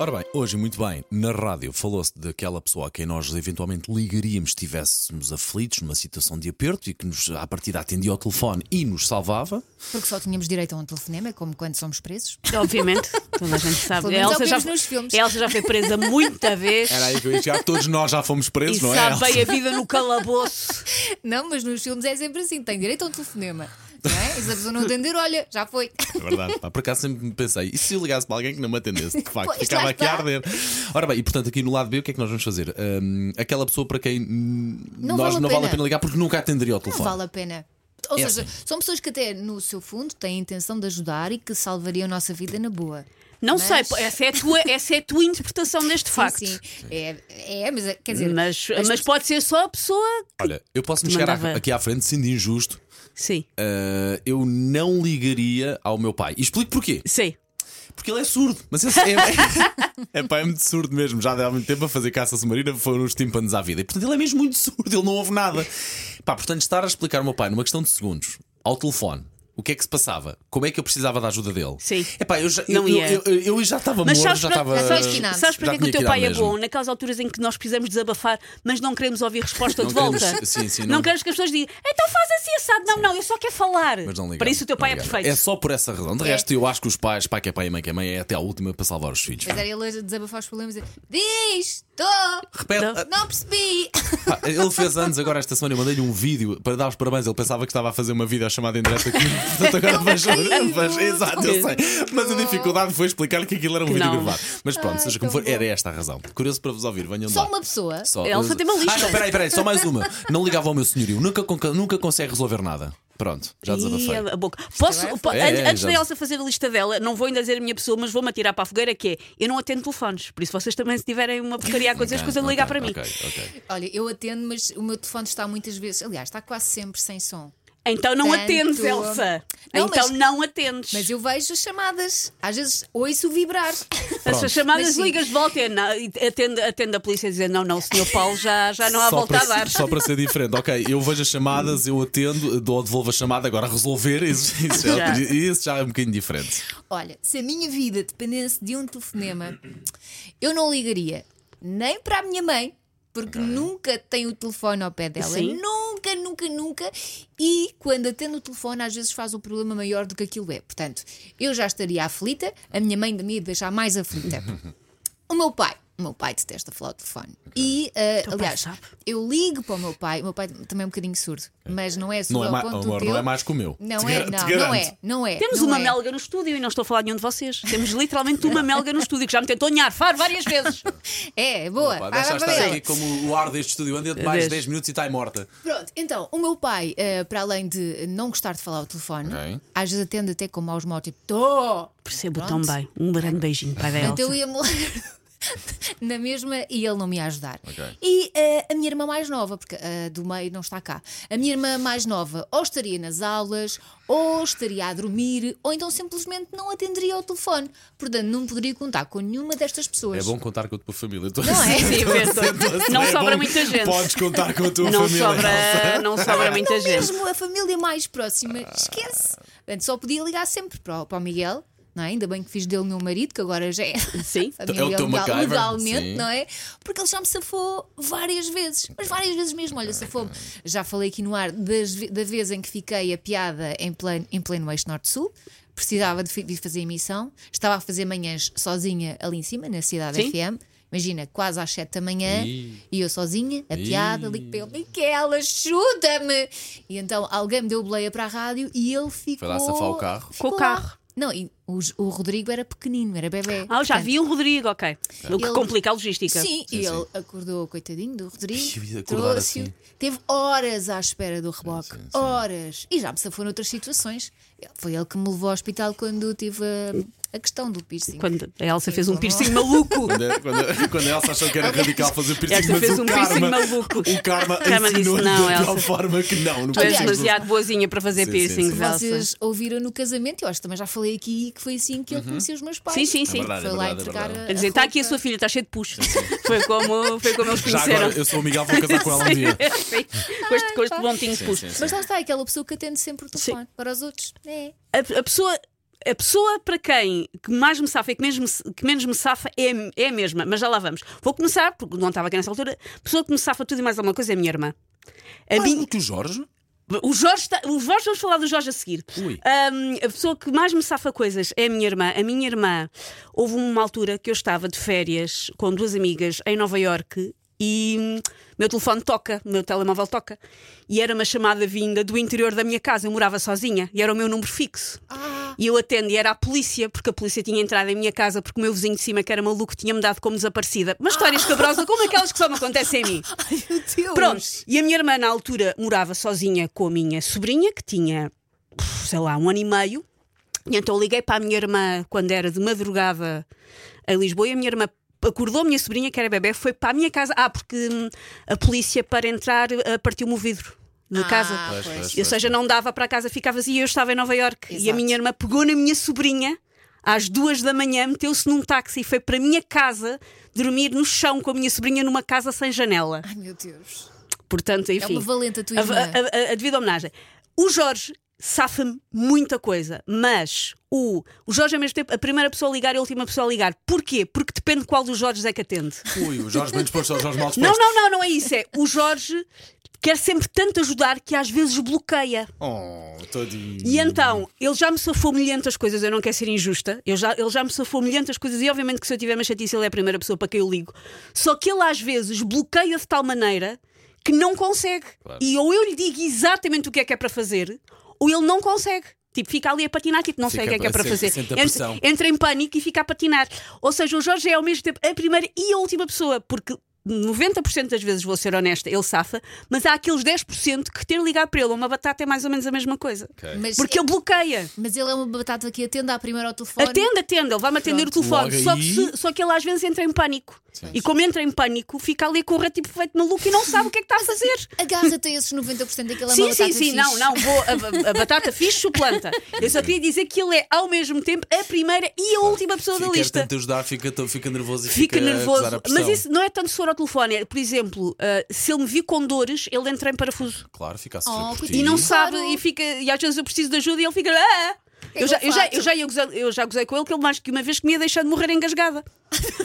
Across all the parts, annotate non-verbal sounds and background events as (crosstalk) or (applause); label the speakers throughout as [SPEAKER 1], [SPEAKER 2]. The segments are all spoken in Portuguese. [SPEAKER 1] Ora bem, hoje, muito bem, na rádio falou-se daquela pessoa a quem nós eventualmente ligaríamos se estivéssemos aflitos numa situação de aperto e que nos, à partida, atendia ao telefone e nos salvava.
[SPEAKER 2] Porque só tínhamos direito a um telefonema, como quando somos presos.
[SPEAKER 3] Obviamente, toda a gente sabe.
[SPEAKER 2] Pelo menos é o que vemos nos filmes.
[SPEAKER 3] Elsa já foi presa muita vez
[SPEAKER 1] Era aí que eu ia chegar. Todos nós já fomos
[SPEAKER 3] e
[SPEAKER 1] presos, não é?
[SPEAKER 3] sabe
[SPEAKER 1] Elsa?
[SPEAKER 3] bem a vida no calabouço.
[SPEAKER 2] (laughs) Não, mas nos filmes é sempre assim: tem direito a um telefonema. Não é? E se a pessoa não atender, olha, já foi.
[SPEAKER 1] É verdade, pá. Por acaso sempre me pensei, e se eu ligasse para alguém que não me atendesse? De facto,
[SPEAKER 2] Pois,
[SPEAKER 1] ficava
[SPEAKER 2] lá
[SPEAKER 1] aqui a
[SPEAKER 2] está.
[SPEAKER 1] arder. Ora bem, e portanto, aqui no lado B, o que é que nós vamos fazer? Hum, aquela pessoa para quem hum,
[SPEAKER 2] Não
[SPEAKER 1] nós
[SPEAKER 2] vale a
[SPEAKER 1] não vale a
[SPEAKER 2] pena.
[SPEAKER 1] pena ligar porque nunca atenderia ao
[SPEAKER 2] Não
[SPEAKER 1] telefone.
[SPEAKER 2] vale a pena. Ou
[SPEAKER 1] É
[SPEAKER 2] seja, são pessoas que até no seu fundo têm a intenção de ajudar e que salvariam a nossa vida na boa.
[SPEAKER 3] Não
[SPEAKER 2] Mas-
[SPEAKER 3] sei, pô, essa é, a tua, essa é a tua interpretação deste facto.
[SPEAKER 2] Sim, sim. É, é, mas é- quer dizer,
[SPEAKER 3] Mas, mas pode ser só a pessoa.
[SPEAKER 1] Olha, eu posso me chegar à-
[SPEAKER 3] Mandava-
[SPEAKER 1] aqui à frente, sendo injusto,
[SPEAKER 3] Sim,
[SPEAKER 1] ah, eu não ligaria ao meu pai. E explico porquê.
[SPEAKER 3] sim.
[SPEAKER 1] Porque ele é surdo, mas esse é, é, pá, é muito surdo mesmo. Já há muito tempo a fazer caça submarina foram os tímpanos à vida. E portanto ele é mesmo muito surdo, ele não ouve nada. Pá, portanto, estar a explicar ao meu pai numa questão de segundos, ao telefone, o que é que se passava, como é que eu precisava da ajuda dele.
[SPEAKER 3] Sim.
[SPEAKER 1] É pá, eu já,
[SPEAKER 3] Não
[SPEAKER 1] eu,
[SPEAKER 3] ia.
[SPEAKER 1] eu, eu- eu já estava
[SPEAKER 3] Mas
[SPEAKER 1] morto,
[SPEAKER 3] sabes,
[SPEAKER 1] já
[SPEAKER 3] para-
[SPEAKER 1] estava.
[SPEAKER 2] Já tinha
[SPEAKER 3] sabes,
[SPEAKER 2] esquinado.
[SPEAKER 3] sabes para
[SPEAKER 1] já
[SPEAKER 3] que é que o
[SPEAKER 1] tinha
[SPEAKER 3] teu
[SPEAKER 1] que ir
[SPEAKER 3] pai
[SPEAKER 1] à
[SPEAKER 3] é
[SPEAKER 1] mesma.
[SPEAKER 3] bom? Naquelas alturas em que nós precisamos desabafar, mas não queremos ouvir resposta de
[SPEAKER 1] (laughs) Não
[SPEAKER 3] volta.
[SPEAKER 1] queremos- sim, sim,
[SPEAKER 3] não,
[SPEAKER 1] não-
[SPEAKER 3] queremos que as pessoas digam, então faz assim, assado. Não, não, eu só quero falar.
[SPEAKER 1] Mas não ligava,
[SPEAKER 3] para isso o teu
[SPEAKER 1] não
[SPEAKER 3] pai é
[SPEAKER 1] ligava.
[SPEAKER 3] perfeito.
[SPEAKER 1] É só por essa razão. De
[SPEAKER 2] É.
[SPEAKER 1] resto, eu acho que os pais, pai que é pai e mãe que é mãe, é até a última para salvar os filhos.
[SPEAKER 2] mas era ele a desabafar os problemas e dizer: Diz, estou,
[SPEAKER 1] Repete,
[SPEAKER 3] Não.
[SPEAKER 2] não percebi. (laughs)
[SPEAKER 1] Pá, Ele fez anos agora esta semana, eu mandei-lhe um vídeo para dar os parabéns. Ele pensava que estava a fazer uma videochamada em direto
[SPEAKER 3] (laughs)
[SPEAKER 1] aqui. Portanto, agora vejo.
[SPEAKER 2] Ai,
[SPEAKER 1] vejo- Exato, eu sei. Mas a dificuldade foi explicar que aquilo era um vídeo
[SPEAKER 3] Não.
[SPEAKER 1] gravado. Mas pronto,
[SPEAKER 2] Ai,
[SPEAKER 1] seja como
[SPEAKER 2] tão
[SPEAKER 1] for,
[SPEAKER 2] bom.
[SPEAKER 1] era esta a razão. Curioso para vos ouvir, venham
[SPEAKER 2] Só
[SPEAKER 1] lá.
[SPEAKER 2] uma pessoa.
[SPEAKER 1] Só-
[SPEAKER 3] Ela só tem uma lista.
[SPEAKER 1] Ah, não, peraí, peraí, só mais
[SPEAKER 3] (laughs)
[SPEAKER 1] uma. Não ligava ao meu senhorio, nunca, conca- nunca consegue resolver nada. Pronto, já
[SPEAKER 3] Ih,
[SPEAKER 1] desabafei.
[SPEAKER 3] a boca. Posso,
[SPEAKER 2] é-
[SPEAKER 3] po-
[SPEAKER 1] É,
[SPEAKER 3] an-
[SPEAKER 1] é,
[SPEAKER 3] antes
[SPEAKER 1] já-
[SPEAKER 3] da Elsa fazer a lista dela, não vou ainda dizer a minha pessoa, mas vou-me atirar para a fogueira, que é eu não atendo telefones. Por isso vocês também, se tiverem
[SPEAKER 1] (laughs)
[SPEAKER 3] uma porcaria a acontecer, as coisas
[SPEAKER 1] Ok,
[SPEAKER 3] ligar para mim.
[SPEAKER 1] ok, ok.
[SPEAKER 2] Olha, eu atendo, mas o meu telefone está muitas vezes, aliás, está quase sempre sem som.
[SPEAKER 3] Então não
[SPEAKER 2] Tanto-
[SPEAKER 3] atendes, Elsa.
[SPEAKER 2] Não,
[SPEAKER 3] então
[SPEAKER 2] mas-
[SPEAKER 3] não atendes.
[SPEAKER 2] Mas eu vejo as chamadas. Às vezes ouço vibrar. (laughs)
[SPEAKER 3] As suas
[SPEAKER 2] Mas
[SPEAKER 3] chamadas
[SPEAKER 2] sim.
[SPEAKER 3] ligas de volta e é na- e atende, atende a polícia e dizer não, não, o senhor Paulo já, já não há
[SPEAKER 1] só,
[SPEAKER 3] volta
[SPEAKER 1] para,
[SPEAKER 3] a dar.
[SPEAKER 1] só para ser diferente, ok. Eu vejo as chamadas, eu atendo, dou, devolvo a chamada, agora resolver, isso, isso, já-
[SPEAKER 3] Já.
[SPEAKER 1] isso já é um bocadinho diferente.
[SPEAKER 2] Olha, se a minha vida dependesse de um telefonema, eu não ligaria nem para a minha mãe, porque nunca tenho o telefone ao pé dela.
[SPEAKER 3] Sim.
[SPEAKER 2] Nunca, nunca, nunca. E quando atendo o telefone, às vezes faz um problema maior do que aquilo é. Portanto, eu já estaria aflita, a minha mãe ainda me ia deixar mais aflita. o meu pai. O meu pai detesta falar ao telefone. E, ah,
[SPEAKER 3] Teu pai
[SPEAKER 2] aliás,
[SPEAKER 3] sabe?
[SPEAKER 2] eu ligo para o meu pai. O meu pai também é um bocadinho surdo, mas não é surdo
[SPEAKER 1] Não é,
[SPEAKER 2] ao
[SPEAKER 1] ma-
[SPEAKER 2] ponto do
[SPEAKER 1] amor, não
[SPEAKER 2] teu.
[SPEAKER 1] é mais que o meu.
[SPEAKER 2] Não
[SPEAKER 1] Te
[SPEAKER 2] é,
[SPEAKER 1] gar- te
[SPEAKER 2] não, não
[SPEAKER 1] garanto.
[SPEAKER 2] é, não é.
[SPEAKER 3] Temos
[SPEAKER 2] não
[SPEAKER 3] uma
[SPEAKER 2] é.
[SPEAKER 3] melga no estúdio e não estou a falar de nenhum de vocês. Temos literalmente uma melga no estúdio que já me tentou onhar far várias
[SPEAKER 1] (laughs)
[SPEAKER 3] vezes.
[SPEAKER 2] É, boa.
[SPEAKER 1] Pá,
[SPEAKER 2] Vai,
[SPEAKER 1] deixa
[SPEAKER 2] vai,
[SPEAKER 1] estar
[SPEAKER 2] vai.
[SPEAKER 1] aqui como o ar deste estúdio anda de mais
[SPEAKER 3] Deixa.
[SPEAKER 1] 10 minutos e está morta.
[SPEAKER 2] Pronto, então, o meu pai, eh, para além de não gostar de falar ao telefone,
[SPEAKER 1] Ok.
[SPEAKER 2] às vezes atende até com maus modos, tipo, tô!
[SPEAKER 3] Percebo
[SPEAKER 2] Pronto. Então
[SPEAKER 3] tão bem. Um grande beijinho, pai da
[SPEAKER 2] Portanto,
[SPEAKER 3] Elsa.
[SPEAKER 2] eu ia-me lá (laughs) na mesma e ele não me ia ajudar.
[SPEAKER 1] Ok.
[SPEAKER 2] E eh, a minha irmã mais nova, porque a do meio não está cá, a minha irmã mais nova ou estaria nas aulas, ou estaria a dormir, ou então simplesmente não atenderia ao telefone. Portanto, não poderia contar com nenhuma destas pessoas.
[SPEAKER 1] É bom contar com a tua família.
[SPEAKER 2] Não
[SPEAKER 1] (laughs)
[SPEAKER 2] é?
[SPEAKER 3] Sim,
[SPEAKER 1] Então
[SPEAKER 3] vê-se.
[SPEAKER 1] assim.
[SPEAKER 3] Não sobra muita gente.
[SPEAKER 1] Podes contar com a tua
[SPEAKER 3] Não
[SPEAKER 1] família.
[SPEAKER 3] sobra,
[SPEAKER 1] (laughs)
[SPEAKER 3] não sobra muita gente.
[SPEAKER 2] Então Mesmo a família mais próxima, esquece. Portanto, só podia ligar sempre para o, para o Miguel, não é? Ainda bem que fiz dele meu marido, que agora já é.
[SPEAKER 3] Sim.
[SPEAKER 2] família
[SPEAKER 1] É o teu
[SPEAKER 2] legal-
[SPEAKER 1] MacGyver,
[SPEAKER 2] legalmente,
[SPEAKER 1] sim.
[SPEAKER 2] não é? Porque ele já me safou várias vezes, mas várias vezes mesmo. Olha, safou-me. Já falei aqui no ar das ve- da vez em que fiquei a piada em pleno, em pleno eixo norte-sul. Precisava de, fi- de fazer emissão, estava a fazer manhãs sozinha ali em cima, na cidade
[SPEAKER 3] Sim.
[SPEAKER 2] FM. Imagina, quase às 7 da manhã
[SPEAKER 1] Ih.
[SPEAKER 2] e eu sozinha, a
[SPEAKER 1] Ih.
[SPEAKER 2] piada, ligo para ele, Miquel, ajuda-me! E então alguém me deu boleia para a rádio e ele ficou.
[SPEAKER 1] lá safar o carro.
[SPEAKER 2] ficou
[SPEAKER 3] Com o
[SPEAKER 2] lá.
[SPEAKER 3] carro.
[SPEAKER 2] Não, e o, o Rodrigo era pequenino, era bebê.
[SPEAKER 3] Ah, eu já
[SPEAKER 2] Portanto,
[SPEAKER 3] vi o Rodrigo, ok. O que
[SPEAKER 2] Ele-
[SPEAKER 3] complica a logística.
[SPEAKER 2] Sim,
[SPEAKER 1] Sim,
[SPEAKER 2] e
[SPEAKER 1] sim.
[SPEAKER 2] ele acordou, coitadinho do
[SPEAKER 1] Eu ia
[SPEAKER 2] Rodrigo.
[SPEAKER 1] acordar
[SPEAKER 2] Trouxe-o.
[SPEAKER 1] assim.
[SPEAKER 2] Teve horas à espera do reboque.
[SPEAKER 1] sim, sim.
[SPEAKER 2] Horas. E já me safou noutras situações. Foi ele que me levou ao hospital quando eu tive a a questão do piercing.
[SPEAKER 3] Quando a Elsa fez um
[SPEAKER 2] Então,
[SPEAKER 3] piercing maluco.
[SPEAKER 1] Quando, a- quando a- quando a Elsa achou que era radical fazer piercing,
[SPEAKER 3] Esta
[SPEAKER 1] mas
[SPEAKER 3] fez
[SPEAKER 1] o
[SPEAKER 3] um
[SPEAKER 1] karma,
[SPEAKER 3] piercing maluco.
[SPEAKER 1] O karma
[SPEAKER 3] Karma disse,
[SPEAKER 1] ensinou
[SPEAKER 3] "Não,
[SPEAKER 1] da pior
[SPEAKER 3] Elsa."
[SPEAKER 1] forma que não. não
[SPEAKER 3] Tu és
[SPEAKER 2] Aliás,
[SPEAKER 3] demasiado boazinha para fazer
[SPEAKER 1] Sim, sim,
[SPEAKER 3] piercing,
[SPEAKER 1] sim.
[SPEAKER 3] Elsa.
[SPEAKER 2] Vocês ouviram no casamento, eu acho que também já falei aqui que foi assim que eu conheci os meus pais.
[SPEAKER 3] Sim, sim, sim.
[SPEAKER 1] Uhum. É verdade,
[SPEAKER 2] Foi lá entregar
[SPEAKER 1] verdade, é
[SPEAKER 2] a-
[SPEAKER 1] verdade.
[SPEAKER 3] A dizer, está aqui a sua filha, está cheia de puxo. Foi como, foi como eles
[SPEAKER 1] Já agora,
[SPEAKER 3] conheceram.
[SPEAKER 1] eu sou o Miguel, vou casar com ela um dia.
[SPEAKER 3] (laughs) Sim, com este, com este montinho de puxo.
[SPEAKER 2] Mas lá está, é aquela pessoa que atende sempre o telefone para os outros. É.
[SPEAKER 3] A, a pessoa. A pessoa para quem que mais me safa e que menos me, que menos me safa é, é a mesma, mas já lá vamos. Vou começar, porque não estava aqui nessa altura. A pessoa que me safa tudo e mais alguma coisa é a minha irmã. A
[SPEAKER 1] Mais
[SPEAKER 3] minha-
[SPEAKER 1] do que o Jorge?
[SPEAKER 3] O Jorge, está- o Jorge, vamos falar do Jorge a seguir.
[SPEAKER 1] Ui.
[SPEAKER 3] Ahm, a pessoa que mais me safa coisas é a minha irmã. A minha irmã, houve uma altura que eu estava de férias com duas amigas em Nova Iorque e hum, meu telefone toca, meu telemóvel toca. E era uma chamada vinda do interior da minha casa. Eu morava sozinha e era o meu número fixo. E eu atendo e era a polícia, porque a polícia tinha entrado em minha casa porque o meu vizinho de cima, que era maluco, tinha-me dado como desaparecida. Uma história escabrosa como aquelas que só me acontecem a mim.
[SPEAKER 2] Ai, meu Deus!
[SPEAKER 3] Pronto, e a minha irmã na altura morava sozinha com a minha sobrinha, que tinha, puf, sei lá, um ano e meio. E então liguei para a minha irmã quando era de madrugada em Lisboa e a minha irmã acordou a minha sobrinha, que era bebê, foi para a minha casa. Ah, porque hum, a polícia para entrar ah, partiu-me o vidro da casa.
[SPEAKER 2] Ah, pois.
[SPEAKER 1] Pois, pois.
[SPEAKER 3] Ou seja, não dava para a casa, ficava assim. Eu estava em Nova Iorque e a
[SPEAKER 2] Exato.
[SPEAKER 3] minha irmã pegou na minha sobrinha às duas da manhã, meteu-se num táxi e foi para a minha casa dormir no chão com a minha sobrinha numa casa sem janela.
[SPEAKER 2] Ai, meu Deus.
[SPEAKER 3] Portanto,
[SPEAKER 2] É
[SPEAKER 3] enfim.
[SPEAKER 2] uma é? valente a tua
[SPEAKER 3] A,
[SPEAKER 2] irmã.
[SPEAKER 3] a- a- a devida homenagem. O Jorge safa-me muita coisa, mas o, o Jorge, ao mesmo tempo, a primeira pessoa a ligar e a última pessoa a ligar. Porquê? Porque depende qual dos Jorges é que atende.
[SPEAKER 1] Ui, o Jorge bem disposto ou o Jorge mal
[SPEAKER 3] Não,
[SPEAKER 1] disposto?
[SPEAKER 3] não, não, não é isso. É o Jorge quer sempre tanto ajudar que às vezes bloqueia.
[SPEAKER 1] Oh, todinho.
[SPEAKER 3] E então, ele já me safou milhentas coisas, eu não quero ser injusta, eu já, ele já me safou milhentas coisas e obviamente que se eu tiver uma chatice ele é a primeira pessoa para quem eu ligo. Só que ele às vezes bloqueia de tal maneira que não consegue.
[SPEAKER 1] Claro.
[SPEAKER 3] E ou eu lhe digo exatamente o que é que é para fazer, ou ele não consegue. Tipo, fica ali a patinar, tipo, não sei o
[SPEAKER 1] Fica
[SPEAKER 3] que é que é
[SPEAKER 1] a-
[SPEAKER 3] para
[SPEAKER 1] sente-
[SPEAKER 3] fazer.
[SPEAKER 1] sente a pressão.
[SPEAKER 3] Entra, entra em pânico e fica a patinar. Ou seja, o Jorge é ao mesmo tempo a primeira e a última pessoa, porque 90% das vezes, vou ser honesta, ele safa, mas há aqueles 10% que ter ligado para ele uma batata é mais ou menos a mesma coisa.
[SPEAKER 2] Mas,
[SPEAKER 3] Porque ele bloqueia.
[SPEAKER 2] mas ele é uma batata que atende à primeira ao telefone.
[SPEAKER 3] Atende, atende, ele vai-me atender o telefone.
[SPEAKER 1] Logo
[SPEAKER 3] Só que,
[SPEAKER 1] aí-
[SPEAKER 3] se- só que ele às vezes entra em pânico. E como entra em pânico, fica ali com o rato tipo feito maluco e não sabe o que é que está a fazer.
[SPEAKER 2] Agarra-te a esses 90% daquela
[SPEAKER 3] sim,
[SPEAKER 2] é batata
[SPEAKER 3] sim, sim,
[SPEAKER 2] fixe.
[SPEAKER 3] não, não, vou, a, a- a batata fixe suplanta. Eu só queria dizer que ele é ao mesmo tempo a primeira e a última pessoa da
[SPEAKER 1] Quer
[SPEAKER 3] lista.
[SPEAKER 1] tanto ajudar, fica, to- fica nervoso e
[SPEAKER 3] Fica
[SPEAKER 1] fica, a
[SPEAKER 3] nervoso.
[SPEAKER 1] acusar a pressão.
[SPEAKER 3] Mas isso não é tanto se for ao telefone. É, por exemplo, ah, se ele me vir com dores, ele entra em parafuso.
[SPEAKER 1] Claro, fica a sofrer
[SPEAKER 2] Oh,
[SPEAKER 1] por ti.
[SPEAKER 3] E não
[SPEAKER 2] Sim.
[SPEAKER 3] sabe,
[SPEAKER 2] Claro.
[SPEAKER 3] e, fica, e às vezes eu preciso de ajuda e ele fica. "Ah, ah."
[SPEAKER 2] que
[SPEAKER 3] eu, já,
[SPEAKER 2] eu
[SPEAKER 3] eu, já,
[SPEAKER 2] faço?
[SPEAKER 3] eu, já ia gozar- eu já gozei com ele que ele mais que uma vez que me ia deixar de morrer engasgada.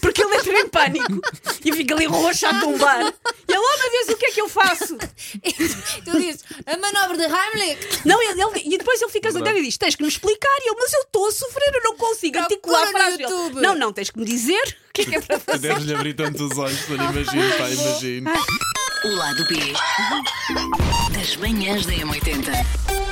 [SPEAKER 3] Porque ele entra em pânico e fica ali roxa a tombar. E ele, oh meu Deus, o que é que eu faço?
[SPEAKER 2] (laughs) tu dizes, a manobra de Heimlich.
[SPEAKER 3] Não, ele, ele- e depois ele fica zangado e diz: Tens que me explicar. E eu, mas eu estou a sofrer, eu não consigo articular a
[SPEAKER 2] Procura no
[SPEAKER 3] frase. Ele,
[SPEAKER 2] YouTube.
[SPEAKER 3] Não, não, tens que me dizer o que é que é para fazer.
[SPEAKER 1] Deves-lhe abrir tanto os
[SPEAKER 3] (laughs)
[SPEAKER 1] olhos, Tony, imagino, pá, imagino.
[SPEAKER 4] O lado B das manhãs da M80.